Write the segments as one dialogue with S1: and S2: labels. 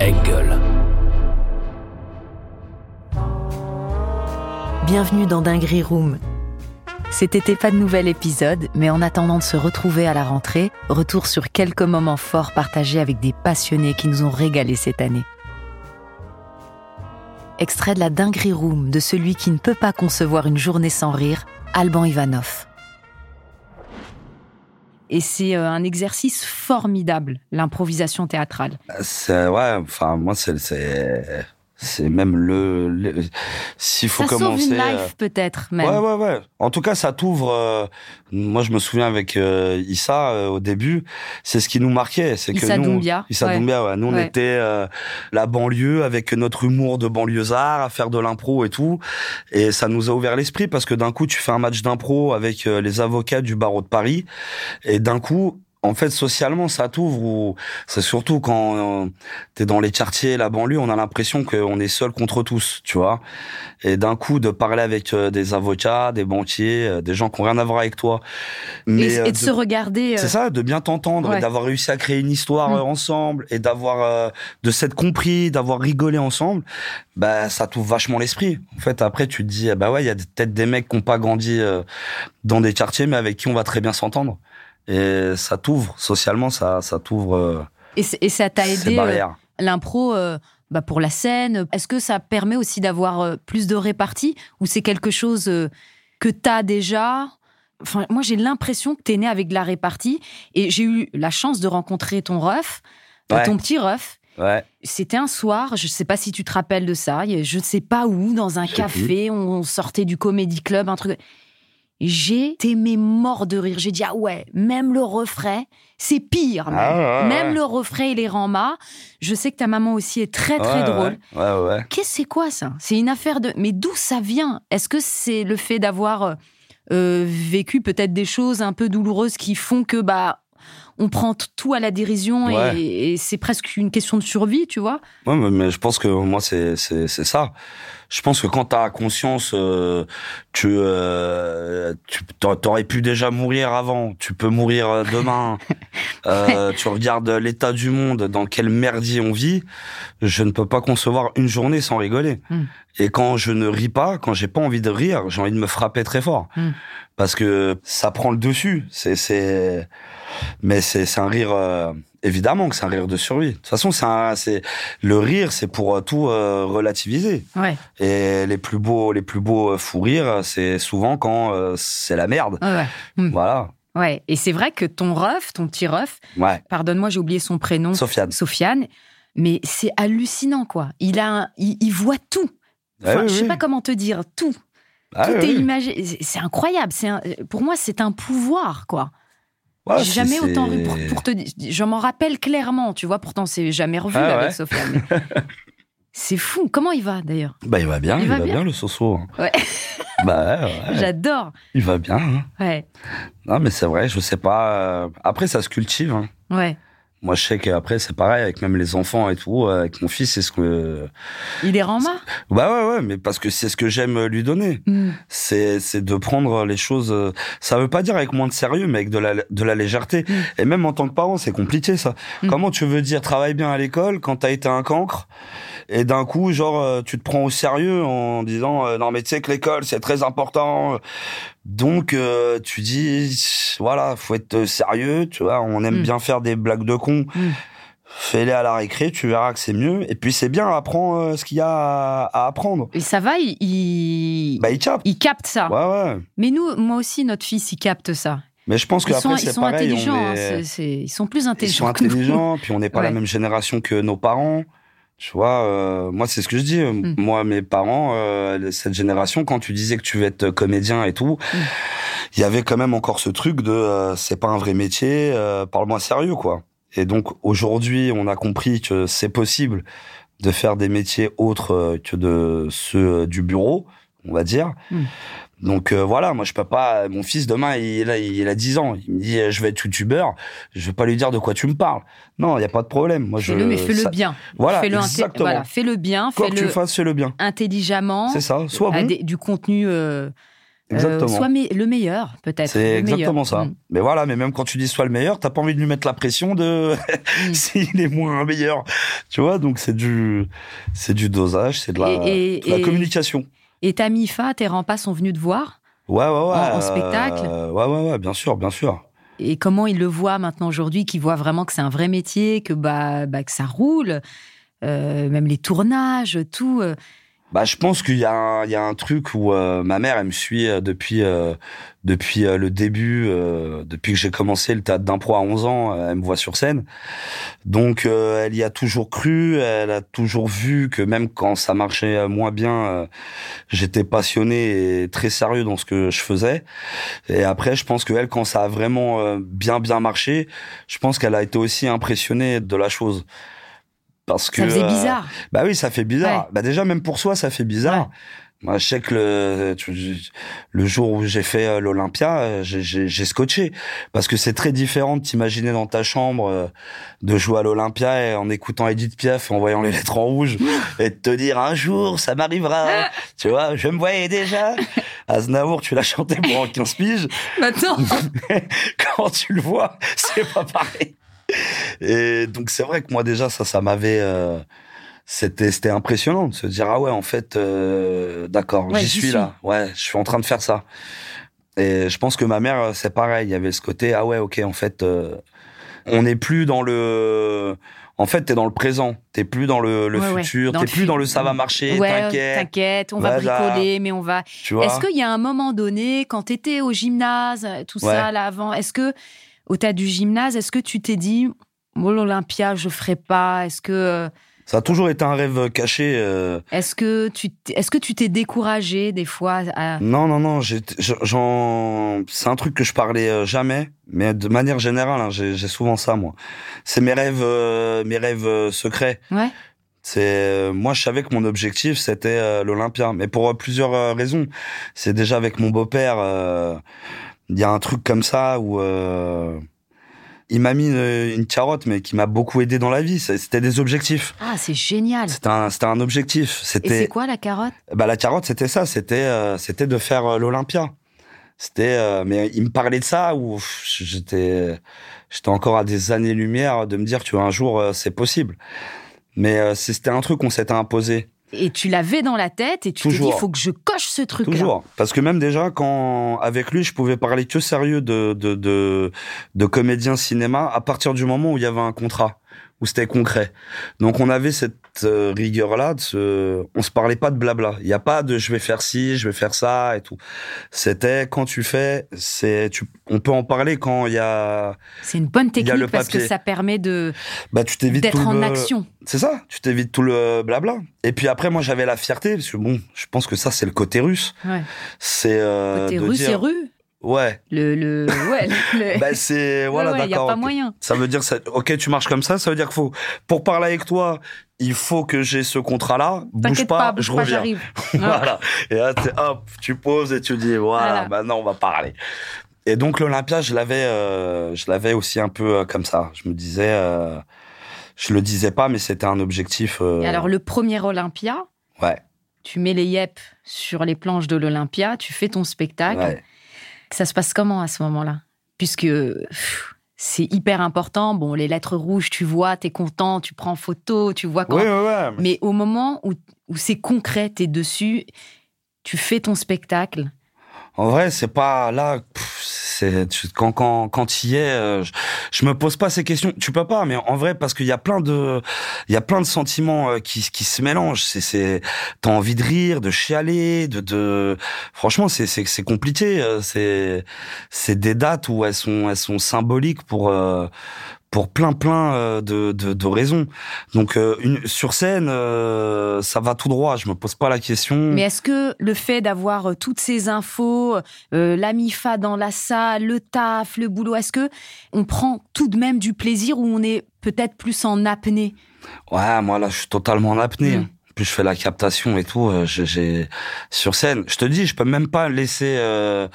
S1: Engel.
S2: Bienvenue dans Dinguerie Room. Cet été, pas de nouvel épisode, mais en attendant de se retrouver à la rentrée, retour sur quelques moments forts partagés avec des passionnés qui nous ont régalés cette année. Extrait de la Dinguerie Room de celui qui ne peut pas concevoir une journée sans rire, Alban Ivanov. Et c'est euh, un exercice formidable, l'improvisation théâtrale.
S3: C'est ouais, enfin moi c'est c'est c'est même le, le- s'il faut
S2: Ça
S3: commencer.
S2: sauve une
S3: euh,
S2: life peut-être même.
S3: Ouais ouais ouais. En tout cas ça t'ouvre. euh, moi je me souviens avec euh, Issa euh, au début, c'est ce qui nous marquait, c'est que
S2: Issa
S3: nous.
S2: Doumbia,
S3: Issa
S2: ouais.
S3: Doumbia, ouais. Nous on
S2: Ouais.
S3: était euh, la banlieue avec notre humour de banlieusard à faire de l'impro et tout, et ça nous a ouvert l'esprit parce que d'un coup tu fais un match d'impro avec euh, les avocats du barreau de Paris, et d'un coup. En fait, socialement, ça t'ouvre ou c'est surtout quand euh, t'es dans les quartiers, la banlieue, on a l'impression qu'on est seul contre tous, tu vois. Et d'un coup, de parler avec euh, des avocats, des banquiers, euh, des gens qui ont rien à voir avec toi.
S2: Et,
S3: Mais,
S2: et
S3: euh,
S2: de,
S3: de-
S2: se regarder. euh,
S3: c'est ça, de bien t'entendre
S2: Ouais.
S3: et d'avoir réussi à créer une histoire
S2: Mm.
S3: euh, ensemble et d'avoir euh, de s'être compris, d'avoir rigolé ensemble, bah ça t'ouvre vachement l'esprit. En fait, après tu te dis ah bah ouais, il y a peut-être des mecs qui n'ont pas grandi euh, dans des quartiers mais avec qui on va très bien s'entendre. Et ça t'ouvre socialement, ça ça t'ouvre euh,
S2: Et, c- et ça t'a
S3: ces
S2: aidé euh,
S3: barrières.
S2: l'impro euh, bah, pour la scène Est-ce que ça permet aussi d'avoir euh, plus de répartie ou c'est quelque chose euh, que t'as déjà Enfin, moi, j'ai l'impression que t'es né avec de la répartie et j'ai eu la chance de rencontrer ton ref, euh,
S3: Ouais.
S2: ton petit ref.
S3: Ouais.
S2: C'était un soir, je sais pas si tu te rappelles de ça, il y a- je ne sais pas où, dans un
S3: Je sais
S2: café, on sortait du comédie club, un truc. J'ai aimé mort de rire. J'ai dit, ah ouais, même le refrain, c'est pire. même.
S3: Ah ouais, ouais,
S2: même
S3: ouais.
S2: le refrain et les ramas. Je sais que ta maman aussi est très, très
S3: Ouais,
S2: drôle.
S3: Ouais ouais. ouais.
S2: Qu'est-ce que c'est quoi ça C'est une affaire de. Mais d'où ça vient Est-ce que c'est le fait d'avoir euh, euh, vécu peut-être des choses un peu douloureuses qui font que bah on prend t- tout à la dérision et-
S3: Ouais.
S2: et, c'est presque une question de survie, tu vois
S3: Ouais, mais, mais je pense que moi c'est c'est c'est ça. Je pense que quand t'as conscience, euh, tu euh, tu t'a- t'aurais pu déjà mourir avant. Tu peux mourir euh, demain. Euh, tu regardes l'état du monde, dans quel merdier on vit. Je ne peux pas concevoir une journée sans rigoler.
S2: Mm.
S3: Et quand je ne ris pas, quand j'ai pas envie de rire, j'ai envie de me frapper très fort
S2: Mm.
S3: parce que ça prend le dessus. C'est c'est mais c'est c'est un rire. euh, Évidemment que c'est un rire de survie. De toute façon, c'est un- c'est le rire, c'est pour euh, tout euh, relativiser.
S2: Ouais,
S3: Et les plus beaux, les plus beaux euh, fous rires, c'est souvent quand euh, c'est la merde.
S2: ouais,
S3: Voilà.
S2: ouais. Et c'est vrai que ton ref, ton petit ref,
S3: Ouais.
S2: pardonne-moi, j'ai oublié son prénom,
S3: Sofiane.
S2: Sofiane, mais c'est hallucinant, quoi. Il, a un- il, il voit tout.
S3: Ah
S2: Enfin,
S3: oui,
S2: je sais
S3: oui.
S2: pas comment te dire, tout.
S3: Ah
S2: tout
S3: oui, oui.
S2: est imagé. C'est- C'est incroyable. C'est un- pour moi, c'est un pouvoir, quoi.
S3: Ouais,
S2: J'ai
S3: c'est-
S2: jamais autant
S3: c'est-
S2: ri. Pour, pour te, dire- je m'en rappelle clairement, tu vois. Pourtant, c'est jamais revu
S3: Ah
S2: avec
S3: ouais.
S2: Sofiane. mais c'est fou. Comment il va, d'ailleurs
S3: Bah, il va bien, il, va, bien. le Soso. hein.
S2: Ouais.
S3: bah, ouais, ouais.
S2: J'adore.
S3: il va bien. hein.
S2: Ouais,
S3: Non, mais c'est vrai, je sais pas. euh, Après, ça se cultive. hein.
S2: ouais.
S3: Moi, je sais qu'après, c'est pareil avec même les enfants et tout. euh, Avec mon fils, c'est ce que.
S2: Il est rama
S3: Bah ouais, ouais, mais parce que c'est ce que j'aime lui donner.
S2: Hmm.
S3: C'est, c'est de prendre les choses. euh, Ça veut pas dire avec moins de sérieux, mais avec de la, de la légèreté. Et même en tant que parent, c'est compliqué ça.
S2: Mm.
S3: Comment tu veux dire travaille bien à l'école quand t'as été un cancre et d'un coup, genre, euh, tu te prends au sérieux en disant euh, non mais tu sais que l'école c'est très important. Donc euh, tu dis voilà, faut être euh, sérieux, tu vois. On aime
S2: Mm.
S3: bien faire des blagues de con.
S2: Mm.
S3: Fais-les à la récré, tu verras que c'est mieux. Et puis c'est bien, apprends euh, ce qu'il y a à, à apprendre.
S2: Et ça va, il, il,
S3: Bah il capte.
S2: il capte ça.
S3: Ouais ouais.
S2: Mais nous, moi aussi, notre fils, il capte ça.
S3: Mais je pense
S2: Ils sont,
S3: qu'après
S2: ils
S3: c'est
S2: sont
S3: pareil. on
S2: intelligents. hein,
S3: est-
S2: c'est- c'est- ils sont plus
S3: ils sont
S2: intelligents. que nous.
S3: intelligents, puis on n'est pas
S2: Ouais.
S3: la même génération que nos parents. Tu vois, euh, moi c'est ce que je dis.
S2: Mm.
S3: Moi, mes parents, euh, cette génération, quand tu disais que tu veux être comédien et tout,
S2: Mm.
S3: il y avait quand même encore ce truc de euh, c'est pas un vrai métier, euh, parle-moi sérieux quoi. Et donc aujourd'hui, on a compris que c'est possible de faire des métiers autres euh, que de ceux euh, du bureau, on va dire.
S2: Mm.
S3: Donc euh, voilà, moi je peux pas. Mon fils demain, il a, il a 10 ans. Il me dit, euh, je vais être youtubeur. Je vais pas lui dire de quoi tu me parles. Non, il y a pas de problème. Moi je.
S2: Fais-le, mais fais-le
S3: ça-
S2: bien.
S3: Voilà,
S2: fais-le inté-
S3: exactement.
S2: voilà, fais-le bien,
S3: Quoi que tu
S2: fais-le
S3: fasses, fais le bien.
S2: intelligemment,
S3: C'est ça. Sois
S2: à
S3: bon.
S2: des- du contenu euh,
S3: Exactement.
S2: soit me- le meilleur, peut-être.
S3: C'est
S2: le meilleur.
S3: exactement ça.
S2: Mm.
S3: Mais voilà, mais même quand tu dis soit le meilleur, t'as pas envie de lui mettre la pression de
S2: Mm.
S3: s'il est moins meilleur. Tu vois, donc c'est du, c'est du dosage, c'est de la,
S2: Et- et-
S3: de la
S2: et-
S3: communication.
S2: Et ta Mifa, tes rampas sont venus te voir.
S3: Ouais, ouais, ouais.
S2: en
S3: euh,
S2: spectacle
S3: Ouais, ouais, ouais, bien sûr, bien sûr.
S2: Et comment ils le voient maintenant aujourd'hui, qu'ils voient vraiment que c'est un vrai métier, que, bah, bah, que ça roule, euh, même les tournages, tout. euh,
S3: Bah, je pense qu'il y a un, il y a un truc où euh, ma mère, elle me suit euh, depuis euh, depuis euh, le début, euh, depuis que j'ai commencé le théâtre d'impro à 11 ans, euh, elle me voit sur scène. Donc, euh, elle y a toujours cru, elle a toujours vu que même quand ça marchait euh, moins bien, euh, j'étais passionné et très sérieux dans ce que je faisais. Et après, je pense que elle, quand ça a vraiment euh, bien bien marché, je pense qu'elle a été aussi impressionnée de la chose. Parce que
S2: ça faisait
S3: euh,
S2: bizarre.
S3: bah oui, ça fait bizarre.
S2: Ouais.
S3: Bah déjà, même pour soi, ça fait bizarre. Moi, je sais que le, tu- le jour où j'ai fait euh, l'Olympia, euh, j'ai- j'ai j'ai scotché. Parce que c'est très différent de t'imaginer dans ta chambre euh, de jouer à l'Olympia et en écoutant Edith Piaf et en voyant les lettres en rouge et de te dire un jour, ça m'arrivera. tu vois, je me voyais déjà. Aznavour, tu l'as chanté pendant 15 piges
S2: Maintenant,
S3: quand tu le vois, c'est pas pareil. Et donc c'est vrai que moi déjà ça, ça m'avait, euh, c'était, c'était impressionnant de se dire ah ouais en fait, euh, d'accord,
S2: Ouais,
S3: j'y
S2: j'y
S3: suis,
S2: suis.
S3: là, ouais, je suis en train de faire ça. Et je pense que ma mère euh, c'est pareil, il y avait ce côté ah ouais ok en fait, euh, on n'est plus dans le, en fait t'es dans le présent, t'es plus dans le, le
S2: Ouais, ouais,
S3: futur,
S2: dans
S3: t'es
S2: le
S3: plus
S2: fu-
S3: dans le ça va marcher,
S2: ouais,
S3: t'inquiète,
S2: t'inquiète, on va
S3: Voilà.
S2: bricoler, mais on va.
S3: tu vois.
S2: Est-ce qu'il y a un moment donné, quand tu étais au gymnase, euh, tout
S3: Ouais.
S2: ça là avant, est-ce que, au tas du gymnase, est-ce que tu t'es dit, bon, l'Olympia, je ferai pas Est-ce que, euh,
S3: Ça a toujours été un rêve caché. euh,
S2: est-ce que tu, t- est-ce que tu t'es découragé des fois à-
S3: Non, non, non, j'ai- je- j'en, c'est un truc que je parlais euh, jamais, mais de manière générale, hein, j'ai j'ai souvent ça, moi. C'est mes rêves, euh, mes rêves euh, secrets.
S2: Ouais.
S3: C'est, euh, moi, je savais que mon objectif, c'était euh, l'Olympia, mais pour euh, plusieurs euh, raisons. C'est déjà avec mon beau-père, euh, il y a un truc comme ça où, euh, il m'a mis une, une carotte, mais qui m'a beaucoup aidé dans la vie. C'est- C'était des objectifs.
S2: Ah, c'est génial.
S3: C'était un, c'était un objectif.
S2: Et c'est
S3: C'était,
S2: quoi la carotte
S3: bah, la carotte, c'était ça, c'était euh, c'était de faire euh, l'Olympia. C'était, euh, mais il me parlait de ça où pff, j'étais j'étais encore à des années lumière de me dire tu vois un jour euh, c'est possible. Mais euh, c'est- c'était un truc qu'on s'était imposé
S2: Et tu l'avais dans la tête et tu t'es dit, il
S3: Toujours.
S2: faut que je coche ce truc-là.
S3: toujours parce que même déjà quand avec lui je pouvais parler que sérieux de de de, de comédien cinéma à partir du moment où il y avait un contrat où c'était concret. Donc on avait cette rigueur là de se on se parlait pas de blabla. Il y a pas de je vais faire ci, je vais faire ça et tout. C'était quand tu fais, c'est tu on peut en parler quand il y a
S2: C'est une bonne
S3: Il y a le
S2: technique parce que
S3: papier.
S2: ça permet de
S3: bah tu t'évites
S2: d'être
S3: tout
S2: en
S3: le-
S2: action.
S3: C'est ça, tu t'évites tout le blabla. Et puis après moi j'avais la fierté parce que bon, je pense que ça c'est le côté russe,
S2: Ouais.
S3: c'est euh,
S2: Côté
S3: de
S2: rue,
S3: dire-
S2: c'est rue.
S3: Ouais.
S2: Le, le, ouais, le-
S3: Bah, c'est voilà
S2: ouais, ouais, y a
S3: d'accord.
S2: pas
S3: ok.
S2: moyen.
S3: Ça veut dire ça, ok tu marches comme ça, ça veut dire qu'il faut pour parler avec toi, il faut que j'ai ce contrat là, bouge
S2: T'inquiète
S3: pas,
S2: pas,
S3: je
S2: bouge pas,
S3: reviens.
S2: j'arrive.
S3: voilà. Et là t'es- hop, tu poses et tu dis voilà,
S2: Voilà.
S3: maintenant on va parler. Et donc l'Olympia, je l'avais euh, je l'avais aussi un peu euh, comme ça. Je me disais euh, je le disais pas mais c'était un objectif euh,
S2: Et alors, le premier Olympia,
S3: ouais,
S2: tu mets les yep sur les planches de l'Olympia, tu fais ton spectacle.
S3: ouais.
S2: Ça se passe comment à ce moment-là Puisque pff, c'est hyper important. Bon, les lettres rouges, tu vois, t'es content, tu prends photo, tu vois quand.
S3: Ouais, ouais, ouais.
S2: Mais au moment où, où c'est concret, t'es dessus, tu fais ton spectacle.
S3: En vrai, c'est pas là. pff, C'est tu- quand quand quand il est, euh, je, je me pose pas ces questions. Tu peux pas, mais en vrai parce qu'il y a plein de il y a plein de sentiments euh, qui qui se mélangent. C'est c'est t'as envie de rire, de chialer, de de franchement c'est c'est c'est compliqué. euh, C'est c'est des dates où elles sont elles sont symboliques pour euh, pour plein plein euh, de, de, de raisons. Donc euh, une, sur scène, euh, ça va tout droit. Je me pose pas la question.
S2: Mais est-ce que le fait d'avoir euh, toutes ces infos, euh, la MIFA dans la salle, le taf, le boulot, est-ce que on prend tout de même du plaisir ou on est peut-être plus en apnée
S3: Ouais, moi là, je suis totalement en apnée.
S2: Mm.
S3: En plus, je fais la captation et tout. euh, j'ai- J'ai sur scène. Je te dis, je peux même pas laisser euh,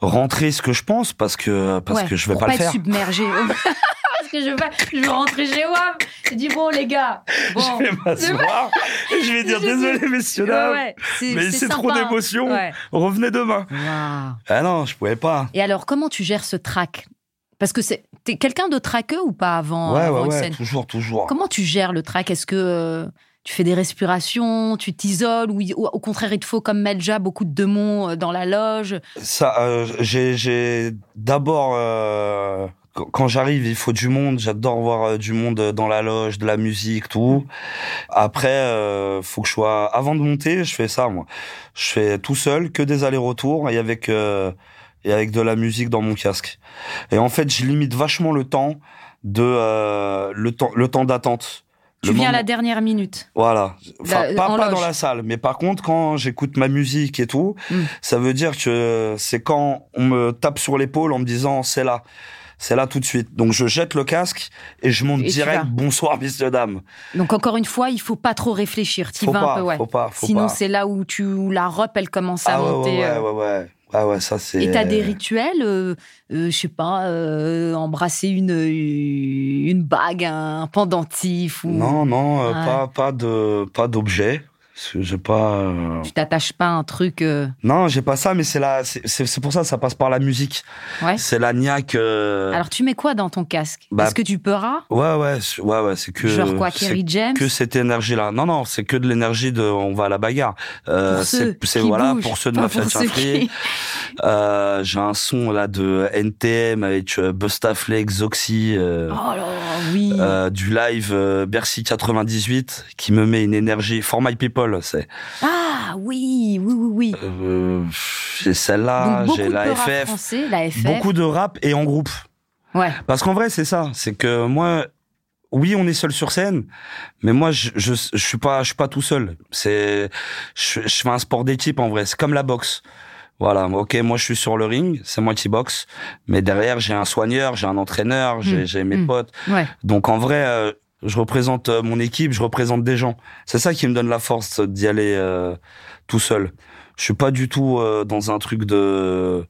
S3: rentrer ce que je pense parce que parce
S2: Ouais,
S3: que je vais
S2: pour
S3: pas le
S2: être
S3: faire.
S2: submergé. que je fais. Je veux rentrer chez WAM. J'ai dit, bon, les gars, bon.
S3: Je vais m'asseoir. et je vais dire
S2: Je sais.
S3: désolé, messieurs, dames.
S2: Ouais, ouais,
S3: Mais c'est trop
S2: sympa.
S3: d'émotion.
S2: Ouais.
S3: Revenez demain.
S2: Waouh.
S3: Ah non, je pouvais pas.
S2: Et alors, comment tu gères ce trac Parce que c'est- t'es quelqu'un de traqueux ou pas avant,
S3: ouais,
S2: avant
S3: ouais,
S2: une
S3: ouais,
S2: scène
S3: toujours, toujours.
S2: Comment tu gères le trac Est-ce que euh, tu fais des respirations, tu t'isoles ou, il- ou au contraire il te faut comme Medja beaucoup de démons euh, dans la loge
S3: Ça, euh, j'ai, j'ai d'abord euh, quand- quand j'arrive, il faut du monde. J'adore voir euh, du monde dans la loge, de la musique, tout. Après, euh, faut que je sois avant de monter, je fais ça moi. Je fais tout seul, que des allers-retours et avec euh, et avec de la musique dans mon casque. Et en fait, je limite vachement le temps de euh, le temps le temps d'attente.
S2: Tu
S3: Le
S2: viens à
S3: moment-
S2: la dernière minute.
S3: Voilà. Enfin,
S2: La-
S3: pas,
S2: en
S3: pas dans
S2: loge.
S3: la salle, mais par contre, quand j'écoute ma musique et tout,
S2: Mm.
S3: ça veut dire que c'est quand on me tape sur l'épaule en me disant c'est là. C'est là tout de suite. Donc je jette le casque et je monte
S2: Et tu
S3: direct.
S2: vas.
S3: Bonsoir, messieurs, dames.
S2: Donc encore une fois, il faut pas trop réfléchir, t'y
S3: Faut
S2: vas
S3: pas,
S2: un peu, ouais.
S3: faut pas, faut
S2: Sinon
S3: pas.
S2: c'est là où tu où la rope elle commence à
S3: Ah ouais, ouais,
S2: monter.
S3: ouais,
S2: euh.
S3: ouais, ouais. Ah ouais, ça c'est.
S2: Et t'as des rituels, euh, euh, je sais pas, euh, embrasser une euh, une bague, un pendentif ou
S3: Non, non, euh,
S2: Ouais.
S3: pas, pas de, pas d'objet. Parce que J'ai pas. euh,
S2: tu t'attaches pas à un truc. euh,
S3: Non, j'ai pas ça, mais c'est la, c'est- c'est c'est pour ça, ça passe par la musique.
S2: Ouais. Ah,
S3: C'est la niaque. euh,
S2: Alors tu mets quoi dans ton casque
S3: Bah,
S2: Est-ce que tu peuras
S3: Ouais, ouais, c'est- ouais, ouais, c'est que.
S2: Genre quoi,
S3: c'est
S2: Kerry James
S3: que cette énergie là non non c'est que de l'énergie de on va à la bagarre Euh,
S2: pour ceux
S3: c'est c'est-
S2: qui
S3: voilà
S2: bougent,
S3: pour ceux de
S2: pas
S3: ma
S2: pour
S3: fête
S2: ceux qui-
S3: euh, j'ai un son là de NTM avec euh, Busta Flex Zoxy euh,
S2: Oh là là, oui.
S3: euh, du live euh, Bercy 98 qui me met une énergie for my people c'est
S2: Ah oui, oui, oui, oui.
S3: euh, j'ai celle-là
S2: Donc beaucoup
S3: Ah, j'ai
S2: de
S3: la
S2: rap
S3: FF
S2: français, la FF.
S3: beaucoup de rap et en groupe
S2: Ouais.
S3: Parce qu'en vrai, c'est ça. C'est que moi, oui, on est seul sur scène, mais moi, je, je, je suis pas, je suis pas tout seul. C'est, je, je fais un sport d'équipe en vrai. C'est comme la boxe. Voilà. Ok, moi, je suis sur le ring, c'est moi qui boxe, mais derrière, j'ai un soigneur, j'ai un entraîneur, j'ai
S2: Mm.
S3: j'ai mes
S2: Mm.
S3: potes.
S2: Ouais.
S3: Donc en vrai. euh, je représente euh, mon équipe, je représente des gens. C'est ça qui me donne la force d'y aller euh, tout seul. Je suis pas du tout euh, dans un truc de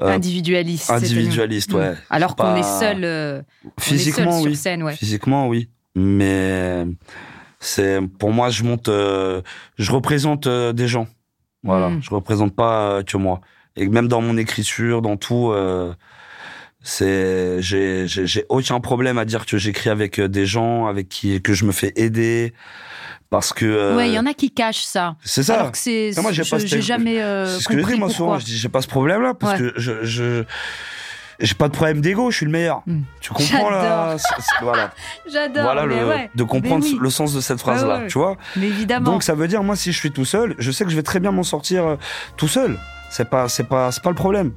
S3: Euh,
S2: individualiste. c'est-à-dire-
S3: individualiste, ouais.
S2: Mm. Alors
S3: C'est
S2: qu'on
S3: pas-
S2: est seul, euh, on est seul
S3: Physiquement, oui.
S2: sur scène, ouais.
S3: Physiquement, oui. Mais c'est pour moi, je monte, euh, je représente euh, des gens. Voilà,
S2: Mm.
S3: je représente pas euh, que moi. Et même dans mon écriture, dans tout, euh, c'est j'ai j'ai j'ai aucun problème à dire que j'écris avec euh, des gens, avec qui que je me fais aider, parce que euh,
S2: Ouais, il y en a qui cachent ça.
S3: c'est ça.
S2: Alors que c'est,
S3: Ah, moi, j'ai pas cette-
S2: je- j'ai jamais euh,
S3: C'est ce que
S2: compris
S3: je dis moi souvent.
S2: pourquoi.
S3: Je dis j'ai pas ce problème là parce que je je j'ai pas de problème d'ego. Je suis le meilleur.
S2: Mm.
S3: Tu comprends là C'est- c'est- Voilà,
S2: J'adore.
S3: voilà
S2: mais
S3: le
S2: ouais.
S3: de comprendre
S2: Mais oui.
S3: le sens de cette phrase là.
S2: Ouais, ouais.
S3: Tu vois
S2: Mais évidemment.
S3: Donc ça veut dire moi si je suis tout seul, je sais que je vais très bien m'en sortir euh, tout seul. C'est pas c'est pas c'est pas le problème.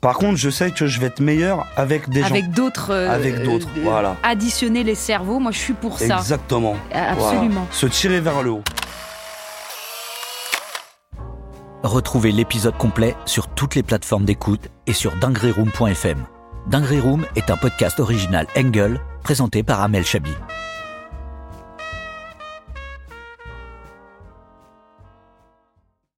S3: Par contre, je sais que je vais être meilleur avec des gens
S2: avec d'autres. euh,
S3: avec d'autres,
S2: euh,
S3: voilà.
S2: Additionner les cerveaux, moi je suis pour ça.
S3: Exactement.
S2: Absolument.
S3: Voilà. Se tirer vers le haut.
S1: Retrouvez l'épisode complet sur toutes les plateformes d'écoute et sur dingueryroom.fm. Dinguery Room est un podcast original Engel présenté par Amel Chabi.